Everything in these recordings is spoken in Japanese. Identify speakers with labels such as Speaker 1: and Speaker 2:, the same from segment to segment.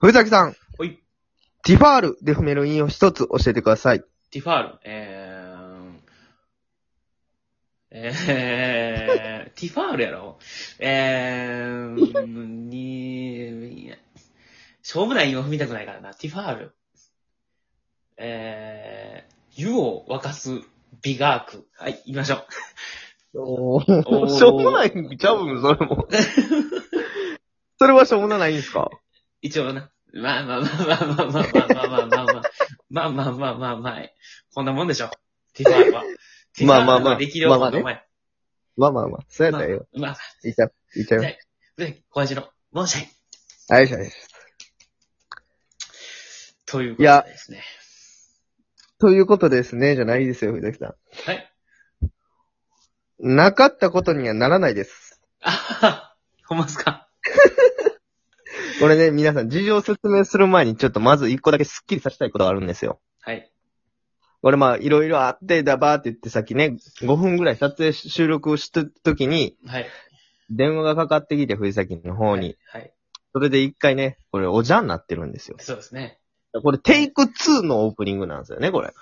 Speaker 1: 藤崎さん、
Speaker 2: ほい。
Speaker 1: ティファールで踏める韻を一つ教えてください。
Speaker 2: ティファール。えー、えー、ティファールやろえー、に、いやしょうもない今踏みたくないからな。ティファール。えー、湯を沸かす美ガーク。はい、行きましょう。
Speaker 1: お し
Speaker 2: おー
Speaker 1: ょうもないんちゃうん、それも。 それはしょうもないんですか
Speaker 2: 一応な。まあまあまあまあまあまあまあまあまあまあまあまあまあまあまあ。こんなもんでしょ。ティファールは。ティファー
Speaker 1: まあ
Speaker 2: ル
Speaker 1: まあ
Speaker 2: は
Speaker 1: まあ
Speaker 2: 力量
Speaker 1: まあまあね
Speaker 2: お前。
Speaker 1: まあまあまあ、そうやったらええよ。
Speaker 2: まあ、
Speaker 1: いっちゃう。いっちゃう。
Speaker 2: で、小林の、申し訳ない。
Speaker 1: はい、はい。
Speaker 2: ということでですね。
Speaker 1: ということですね、じゃないですよ、藤崎さ
Speaker 2: はい。
Speaker 1: ん。なかったことにはならないです。
Speaker 2: あははほんまっすか
Speaker 1: これね、皆さん、事情を説明する前に、ちょっとまず一個だけスッキリさせたいことがあるんですよ。
Speaker 2: はい。
Speaker 1: これまあ、いろいろあって、だばーって言ってさっきね、5分ぐらい撮影し収録をした時に、
Speaker 2: はい。
Speaker 1: 電話がかかってきて、藤崎の方に。
Speaker 2: はい。はい。
Speaker 1: それで一回ね、これおじゃんなってるんですよ。
Speaker 2: そうですね。
Speaker 1: これテイク2のオープニングなんですよね、こ れ。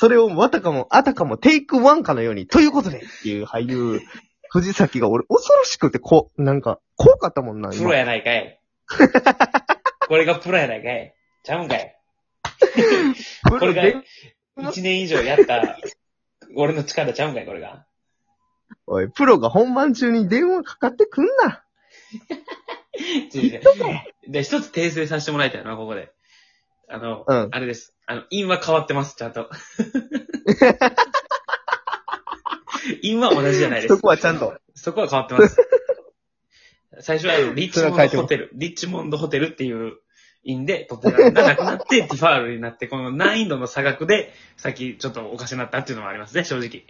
Speaker 1: それをまたかも、あたかもテイク1かのように、ということでっていう俳優、藤崎が俺恐ろしくてこう、なんか、怖かったもんな、
Speaker 2: プ
Speaker 1: 今
Speaker 2: ロやない かい。これがプロやないかい。ちゃうんかい。これが
Speaker 1: で
Speaker 2: 一年以上やった、俺の力ちゃうんかい、これが。
Speaker 1: おい、プロが本番中に電話かかってくんな。
Speaker 2: ちょちょで、一つ訂正させてもらいたいな、ここで。あの、
Speaker 1: うん
Speaker 2: あれです。あの、因は変わってます、ちゃん と。因は同じじゃないです。
Speaker 1: そこはちゃんと。
Speaker 2: そこは変わってます。 最初はあのリッチモンドホ
Speaker 1: そ
Speaker 2: テル、リッチモンドホテルっていう因で、ポピュラーがなくなって、ティファールになって、この難易度の差額で、さっきちょっとおかしなったっていうのもありますね、正直。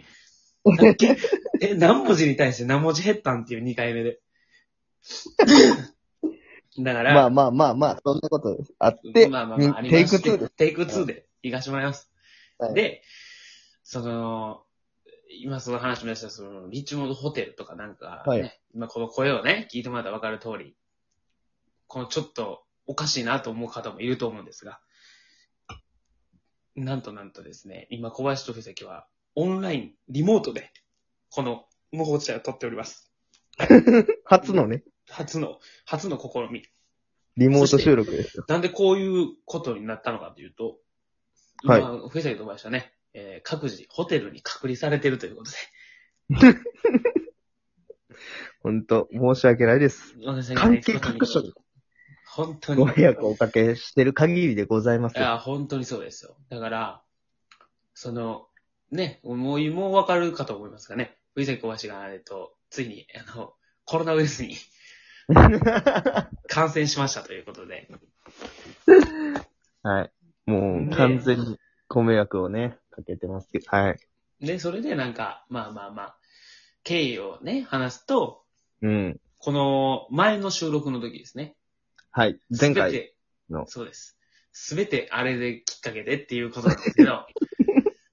Speaker 2: え、何文字に対して何文字減ったんっていう2回 目で。だから、
Speaker 1: まあまあまあまあ、そんなことあって、
Speaker 2: まあまあまあ、あり
Speaker 1: テイ
Speaker 2: ま
Speaker 1: ク
Speaker 2: して
Speaker 1: 2です。
Speaker 2: テイク2で行かしてもらいます。
Speaker 1: はい
Speaker 2: で、その、今その話も出した、その、リッチモードホテルとかなんか、ね、
Speaker 1: はい
Speaker 2: 今この声をね、聞いてもらったらわかる通り、このちょっとおかしいなと思う方もいると思うんですが、なんとなんとですね、今小林と布石は、オンライン、リモートで、この無法地帯を取っております。
Speaker 1: 初のね、
Speaker 2: 初の、初の試み。
Speaker 1: リモート収録ですよ。
Speaker 2: なんでこういうことになったのかというと、
Speaker 1: は
Speaker 2: はいい。フェザリと小林はね、えー各自ホテルに隔離されてるということで、
Speaker 1: ほんと、申し訳ないです。
Speaker 2: 私が
Speaker 1: 関
Speaker 2: ね
Speaker 1: 係各所に
Speaker 2: 本 当に。
Speaker 1: ご迷惑をおかけしてる限りでございます
Speaker 2: い。や、本当にそうですよ。だから、その、ね、もう、もうわかるかと思いますがね、藤崎小林が、えっと、ついに、あの、コロナウイ ルスに
Speaker 1: は
Speaker 2: 感染しましたということで、
Speaker 1: い。もう完全にご迷惑をね、かけてますけど。はい。
Speaker 2: で、それでなんか、まあまあまあ、経緯をね、話すと、
Speaker 1: うん。
Speaker 2: この前の収録の時ですね、
Speaker 1: はい。前
Speaker 2: 全
Speaker 1: 回。
Speaker 2: て
Speaker 1: の
Speaker 2: そうです。すべてあれできっかけでっていうことなんですけ ど、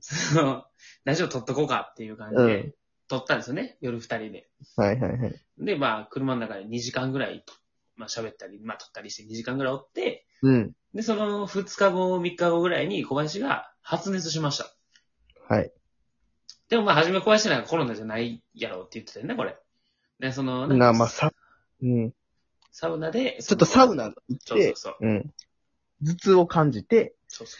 Speaker 2: その、ラジオ撮っとこうかっていう感じ
Speaker 1: う
Speaker 2: で、撮ったんですよね、夜二人で。
Speaker 1: はいはいはい。
Speaker 2: で、まあ、車の中で2時間ぐらい、まあ喋ったり、まあ撮ったりして2時間ぐらいおって、
Speaker 1: うん。
Speaker 2: で、その2日後、3日後ぐらいに小林が発熱しました。
Speaker 1: はい。
Speaker 2: でもまあ、初め小林なんかコロナじゃないやろって言ってたよね、これ。で、その、
Speaker 1: な、
Speaker 2: ん
Speaker 1: まあ、
Speaker 2: か
Speaker 1: さ、うん。
Speaker 2: サウナで、
Speaker 1: ちょっとサウナ行っ
Speaker 2: 行ってそうそうそう。
Speaker 1: うん。頭痛を感じて
Speaker 2: そうそ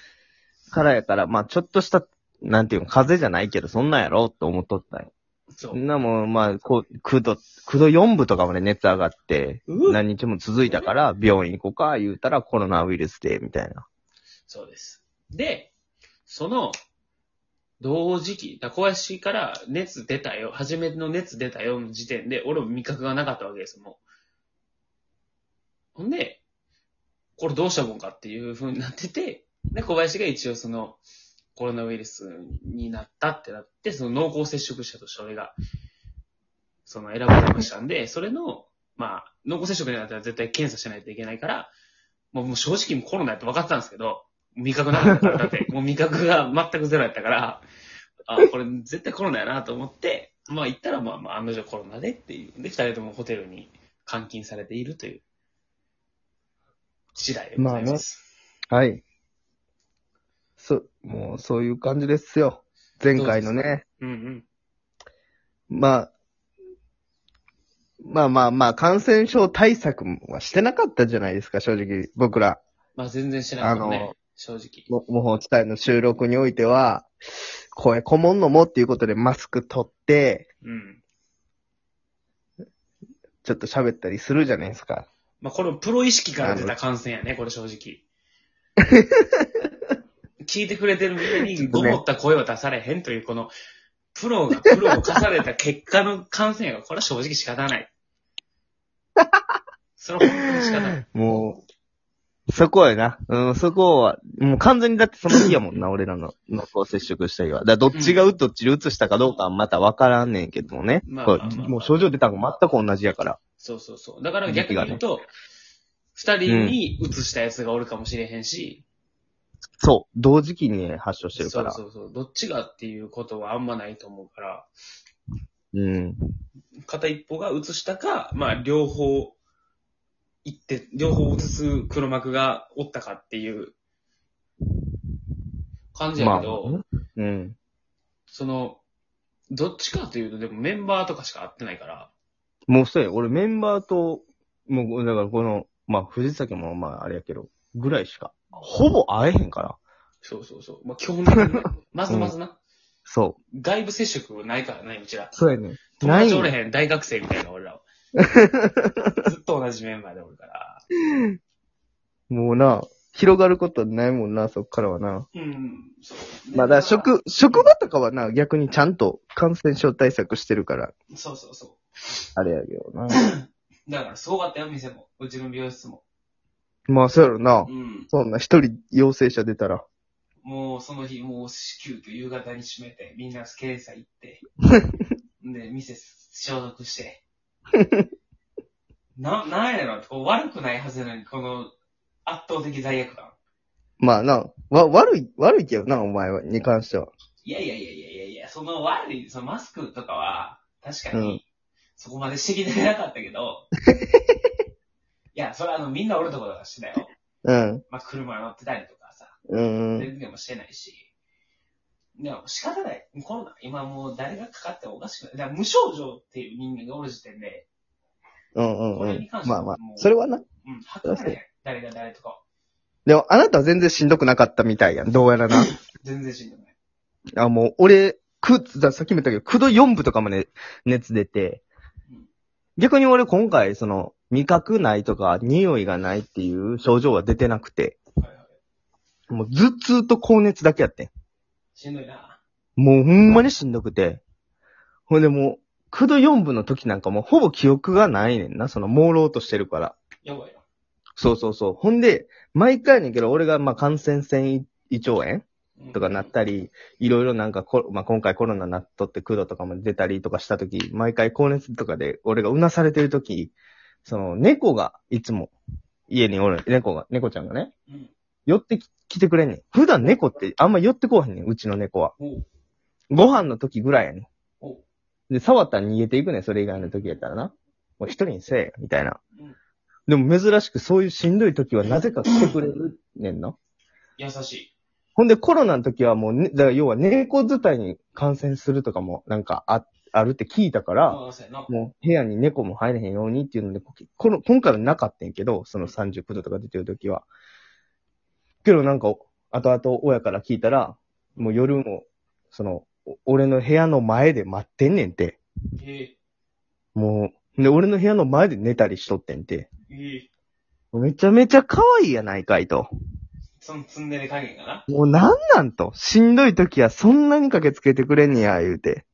Speaker 2: う
Speaker 1: からやから、まあちょっとした、なんていうの、風邪じゃないけど、そんなんやろと思っとったんよ
Speaker 2: そ
Speaker 1: そ
Speaker 2: うん
Speaker 1: なもん、まあ、こう、9度、9度4分とかまで熱上がって、
Speaker 2: うわ
Speaker 1: 何日も続いたから、病院行こうか、言うたらコロナウイルスで、みたいな。
Speaker 2: そうです。で、その、同時期、だから小林から熱出たよ、初めの熱出たよの時点で、俺も味覚がなかったわけです、もう。ほんで、これどうしたもんかっていう風になってて、で、小林が一応その、コロナウイルスになったってなって、その濃厚接触者として俺が、その選ばれましたんで、それの、まあ、濃厚接触になったら絶対検査しないといけないから、もうもう正直もうコロナやって分かってたんですけど、味覚なかったから、だって、もう味覚が全くゼロやったから、あ、これ絶対コロナやなと思って、まあ行ったらまあまあ案の定コロナでっていう。で、二人ともホテルに監禁されているという。次第でございます。
Speaker 1: はい。そ、もうそういう感じですよ。前回の
Speaker 2: そうで
Speaker 1: ね。
Speaker 2: うんうん。
Speaker 1: まあ、まあまあまあ、感染症対策はしてなかったじゃないですか、正直。僕ら、
Speaker 2: まあ全然知らないもん
Speaker 1: あ
Speaker 2: ね
Speaker 1: の。
Speaker 2: 正直。
Speaker 1: も模倣地帯の収録においては、声こもんのもっていうことでマスク取って、
Speaker 2: うん。
Speaker 1: ちょっと喋ったりするじゃないですか。
Speaker 2: まあこのプロ意識から出た感染やね、これ 正直。聞いてくれてるみんなにごもった声を出されへんという、この、プロがプロを重ねた結果の感染が、これは正直仕方 ない。それは本当に仕方ない。
Speaker 1: もう、そこやな。うん、そこは、もう完全にだってその日やもん な、俺らの濃厚接触した日は。だからどっちがう、どっちでうつしたかどうかはまたわからんねんけどもね。
Speaker 2: まあまあまあまあ
Speaker 1: これもう症状出たのが全く同じやから。
Speaker 2: そうそうそう。だから逆に言うと、二人に移したやつがおるかもしれへんし、
Speaker 1: そう。同時期に発症してる
Speaker 2: そ
Speaker 1: か
Speaker 2: う
Speaker 1: ら。
Speaker 2: そうそう。どっちがっていうことはあんまないと思うから、
Speaker 1: うん。
Speaker 2: 片一方が移したか、まあ、両方行って、両方移す黒幕がおったかっていう感じやけど、
Speaker 1: まあうん。
Speaker 2: その、どっちかというと、でもメンバーとかしか会ってないから、
Speaker 1: もうそうや、俺メンバーと、もう、だからこの、まあ、藤崎もまあ、あれやけど、ぐらいしか、ほぼ会えへんから。
Speaker 2: そうそうそう。まあ、基本的に ね、まずまずな、
Speaker 1: そう。
Speaker 2: 外部接触ないからね、うちら。
Speaker 1: そうやね。
Speaker 2: 友達お
Speaker 1: な
Speaker 2: れ
Speaker 1: い
Speaker 2: へん、大学生みたいな俺ら は。ずっと同じメンバーでおるから。
Speaker 1: もうな、広がることないもんな、そっからはな。
Speaker 2: うん、そう。
Speaker 1: まあ、だから職、職場とかはな、逆にちゃんと感染症対策してるから、
Speaker 2: そうそうそ
Speaker 1: あれやけど な。
Speaker 2: う。だから、すごかったよ、店も。うちの美容室も。
Speaker 1: まあ、そうやろな
Speaker 2: う。ん。
Speaker 1: そんな、一人陽性者出たら。
Speaker 2: もうその日、もう急遽夕方に閉めて、みんな検査行って、で、店消毒して。な、なんやろこう悪くないはずなのに、この圧倒的罪悪感。
Speaker 1: まあな、わ、悪い、悪いけどな、お前は、に関しては。
Speaker 2: いやいやいやいやいやいや、その悪い、そのマスクとかは、確か
Speaker 1: う
Speaker 2: に、そこまで指摘でなかったけど、いや、それはあの、みんな俺とことかしてたよ。
Speaker 1: うん。
Speaker 2: まあ、車乗ってたりとかさ、
Speaker 1: うんうん。
Speaker 2: 全然もしてないし。でも仕方ない。コロナ、今もう誰がかかってもおかしくない。だから無症状っていう人間がおる時点で、
Speaker 1: うんうん
Speaker 2: こ
Speaker 1: う
Speaker 2: れ
Speaker 1: ん
Speaker 2: に関。して
Speaker 1: ま
Speaker 2: は
Speaker 1: あまあ
Speaker 2: も、う
Speaker 1: それはな。
Speaker 2: うん、測られへん。誰が誰とか。
Speaker 1: でも、あなたは全然しんどくなかったみたいやん。どうやらな。
Speaker 2: 全然しんどくない。
Speaker 1: あ、もう、俺、く、ださっきも言ったけど、くど4部とかまで熱出て
Speaker 2: うん、
Speaker 1: 逆に俺今回、その、味覚ないとか、匂いがないっていう症状は出てなくて、
Speaker 2: はいはい
Speaker 1: もう頭痛と高熱だけやってん。
Speaker 2: しんどいな。
Speaker 1: もうほんまにしんどくて。ほんでもう、くど4部の時なんかもうほぼ記憶がないねんな、その、朦朧としてるから。
Speaker 2: やばいよ。
Speaker 1: そうそうそう。ほんで、毎回やねんけど、俺がまあ感染性胃腸炎
Speaker 2: うん
Speaker 1: とかなっ。たり、いろいろなんかコロ、まあ、今回コロナなっとって苦労とかも出たりとかしたとき、毎回高熱とかで俺がうなされてるとき、その猫がいつも家におる、猫が、猫ちゃんがね、
Speaker 2: うん。
Speaker 1: 寄ってき来てくれんねん。普段猫ってあんま寄ってこうへんねん、うちの猫は。
Speaker 2: おう
Speaker 1: ご飯の時ぐらいやね。
Speaker 2: おうん
Speaker 1: で、触ったら逃げていくねん、それ以外の時やったらな。もう一人にせえ、みたいな
Speaker 2: うん。
Speaker 1: でも珍しくそういうしんどい時はなぜか来てくれるねんな。
Speaker 2: 優しい。
Speaker 1: ほんでコロナの時はもう、ね、だから要は猫伝いに感染するとかもなんかああるって聞いたから、
Speaker 2: あ、そうやな。
Speaker 1: もう部屋に猫も入れへんようにっていうので、ここの今回はなかったんやけど、その39度とか出てる時は。けどなんか、後々親から聞いたら、もう夜も、その、お俺の部屋の前で待ってんねんて。
Speaker 2: え
Speaker 1: もう、で、俺の部屋の前で寝たりしとってんて。
Speaker 2: えええ
Speaker 1: めちゃめちゃ可愛いやないかいと。
Speaker 2: そのツンデレ加減がな。
Speaker 1: もうなんなんと。しんどい時はそんなに駆けつけてくれんねや、言うて。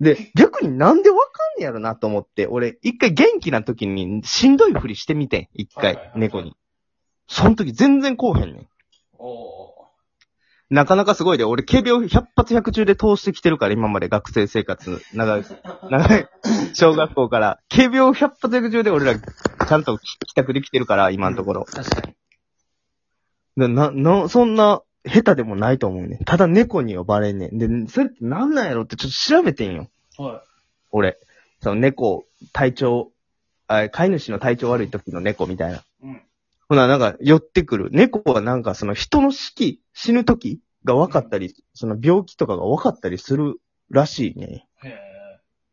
Speaker 1: で、逆になんでわかんねやろなと思って、俺、一回元気な時にしんどいふりしてみてん、一
Speaker 2: はいはい
Speaker 1: 回
Speaker 2: は、い
Speaker 1: 猫に。その時全然こうへんねん。
Speaker 2: おうおう
Speaker 1: なかなかすごいで、俺、軽病100発100中で通してきてるから、今まで学生生活、長い、 長い、小学校から、軽病100発100中で俺ら、ちゃんと帰宅できてるから、今のところ。
Speaker 2: 確かに。
Speaker 1: な、な、な、そんな、下手でもないと思うね。ただ猫にはバレんねん。で、それってなんなんやろってちょっと調べてんよ。
Speaker 2: は
Speaker 1: 俺。その猫、体調、あ飼い主の体調悪い時の猫みたいな。
Speaker 2: い。うん。
Speaker 1: ほな、なんか、寄ってくる。猫はなんか、その人の死期、死ぬ時が分かったり、その病気とかが分かったりするらしいね。
Speaker 2: へ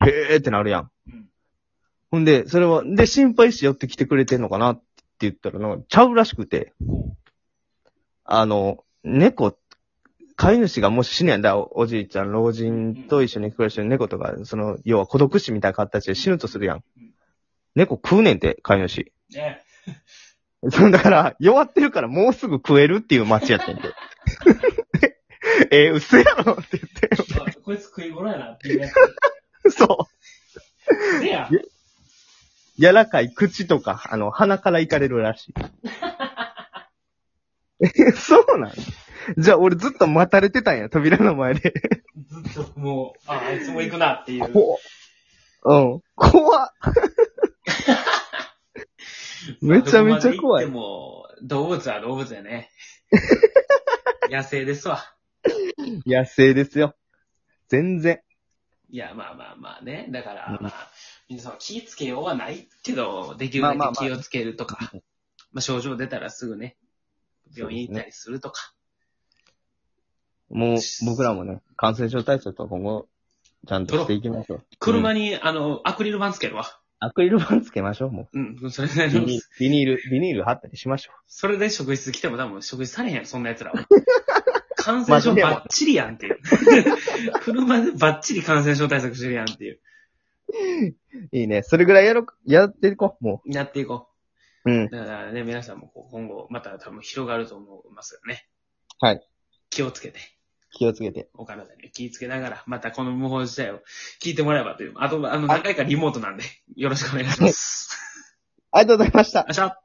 Speaker 2: え。
Speaker 1: へーってなるやん。
Speaker 2: うん。
Speaker 1: ほんで、それは、で、心配して寄ってきてくれてんのかなって言ったら、なんか、ちゃうらしくて、
Speaker 2: こ
Speaker 1: あの、猫、飼い主がもし死ねんだ、おおじいちゃん、老人と一緒に暮らしてる猫とか、その、要は孤独死みたいな形で死ぬとするやん
Speaker 2: うん。
Speaker 1: 猫食うねんて、飼い主。
Speaker 2: う。ね。
Speaker 1: そうだから、弱ってるからもうすぐ食えるっていう 街やった んで。えー、嘘やろって言っ
Speaker 2: あこいつ食い頃やなっていうやつ。
Speaker 1: て。そ
Speaker 2: でや。
Speaker 1: う。柔らかい口とか、あの、鼻からいかれるら しい。え、そうなんじゃあ俺ずっと待たれてたんや、扉の前で。
Speaker 2: ずっともう、あ、あいつも行くなっていう。
Speaker 1: こうん。怖 っ。めちゃめちゃ怖い
Speaker 2: で。も、動物は動物 やね。野生ですわ。
Speaker 1: 野生ですよ。全然。
Speaker 2: いや、まあまあまあね。だから、
Speaker 1: うん
Speaker 2: まあ、皆さん気ぃつけようはないけど、できるだけ
Speaker 1: まあまあまあ
Speaker 2: 気をつけるとか、まあ症状出たらすぐね、病院行ったりするとか。
Speaker 1: もう、僕らもね、感染症対策は今後、ちゃんとしていきましょう。
Speaker 2: 車に、あの、アクリル板つけるわ。
Speaker 1: アクリル板つけましょう、もう。
Speaker 2: うん、それなり
Speaker 1: ビ
Speaker 2: の
Speaker 1: ニビニール、ビニール貼ったりしましょ
Speaker 2: それで職質来ても多分職質されへんやろ、そんな奴ら は。感染症バッチリやんっていう。 車でバッチリ感染症対策してるやんっていう。
Speaker 1: う。いいね。それぐらいやろう、やっていこう、も
Speaker 2: やっていこ
Speaker 1: う。うん
Speaker 2: う。。だからね、皆さんもこう今後、また多分広がると思いますよね。
Speaker 1: はい。
Speaker 2: 気をつけて、
Speaker 1: 気をつけて。
Speaker 2: お体に気をつけながら、またこの無法自体を聞いてもらえばという。あと、あの、何回かリモートなんで、よろしくお願いします。
Speaker 1: ありがとうございました
Speaker 2: 明。日